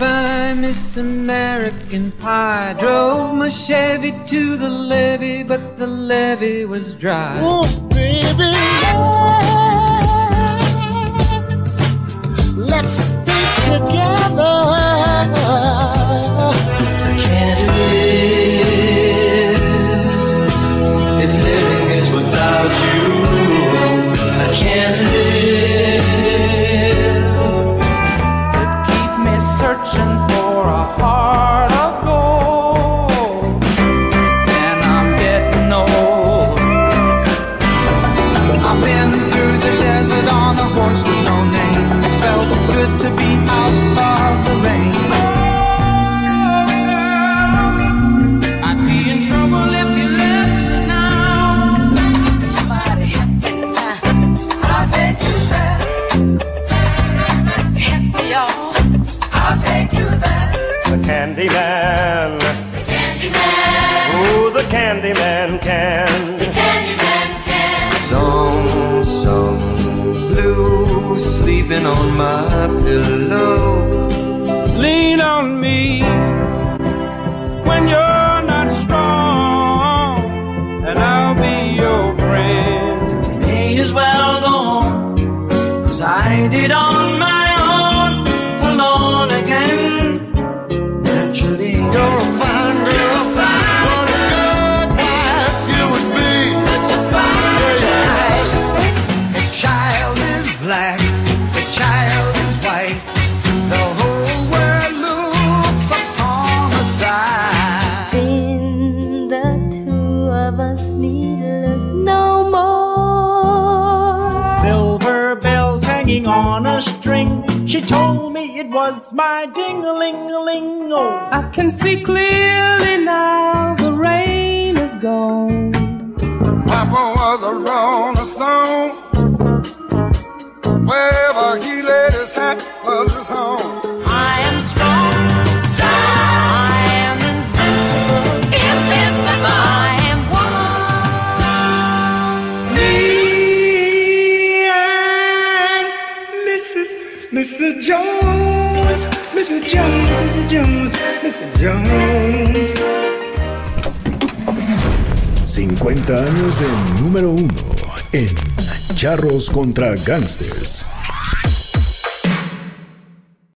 bye, Miss American Pie. Drove my Chevy to the levee, but the levee was dry. Oh, baby, let's, let's stay together. I can't live if living is without you. I can't live. Keep me searching for a heart of gold. And I'm getting old. I've been through the desert on a horse with no name. It felt good to be out of the rain. I'd be in trouble if you left me now. The Candyman. The Candyman. Oh, the Candyman can. Zone, zone, blue, sleeping on my pillow. Lean on me when you're not strong, and I'll be your friend. May as well go on, cause I did on my own, alone again. Naturally, You'll find you'll find what a good wife you would be. Such a fine The child is black, the child is white. The whole world looks upon a side. Then the two of us need look no more. silver bells hanging on a string. She told me it was my oh. ding a ling a ling. I can see clearly now the rain is gone. Papa was a rolling stone. Wherever he laid his hat was his home. I am strong. I am invincible. Invincible. I am Me and Mrs. Mrs. Jones, Mrs. Jones, Mrs. Jones, Mrs. Jones. 50 años del número uno en Charros contra Gangsters.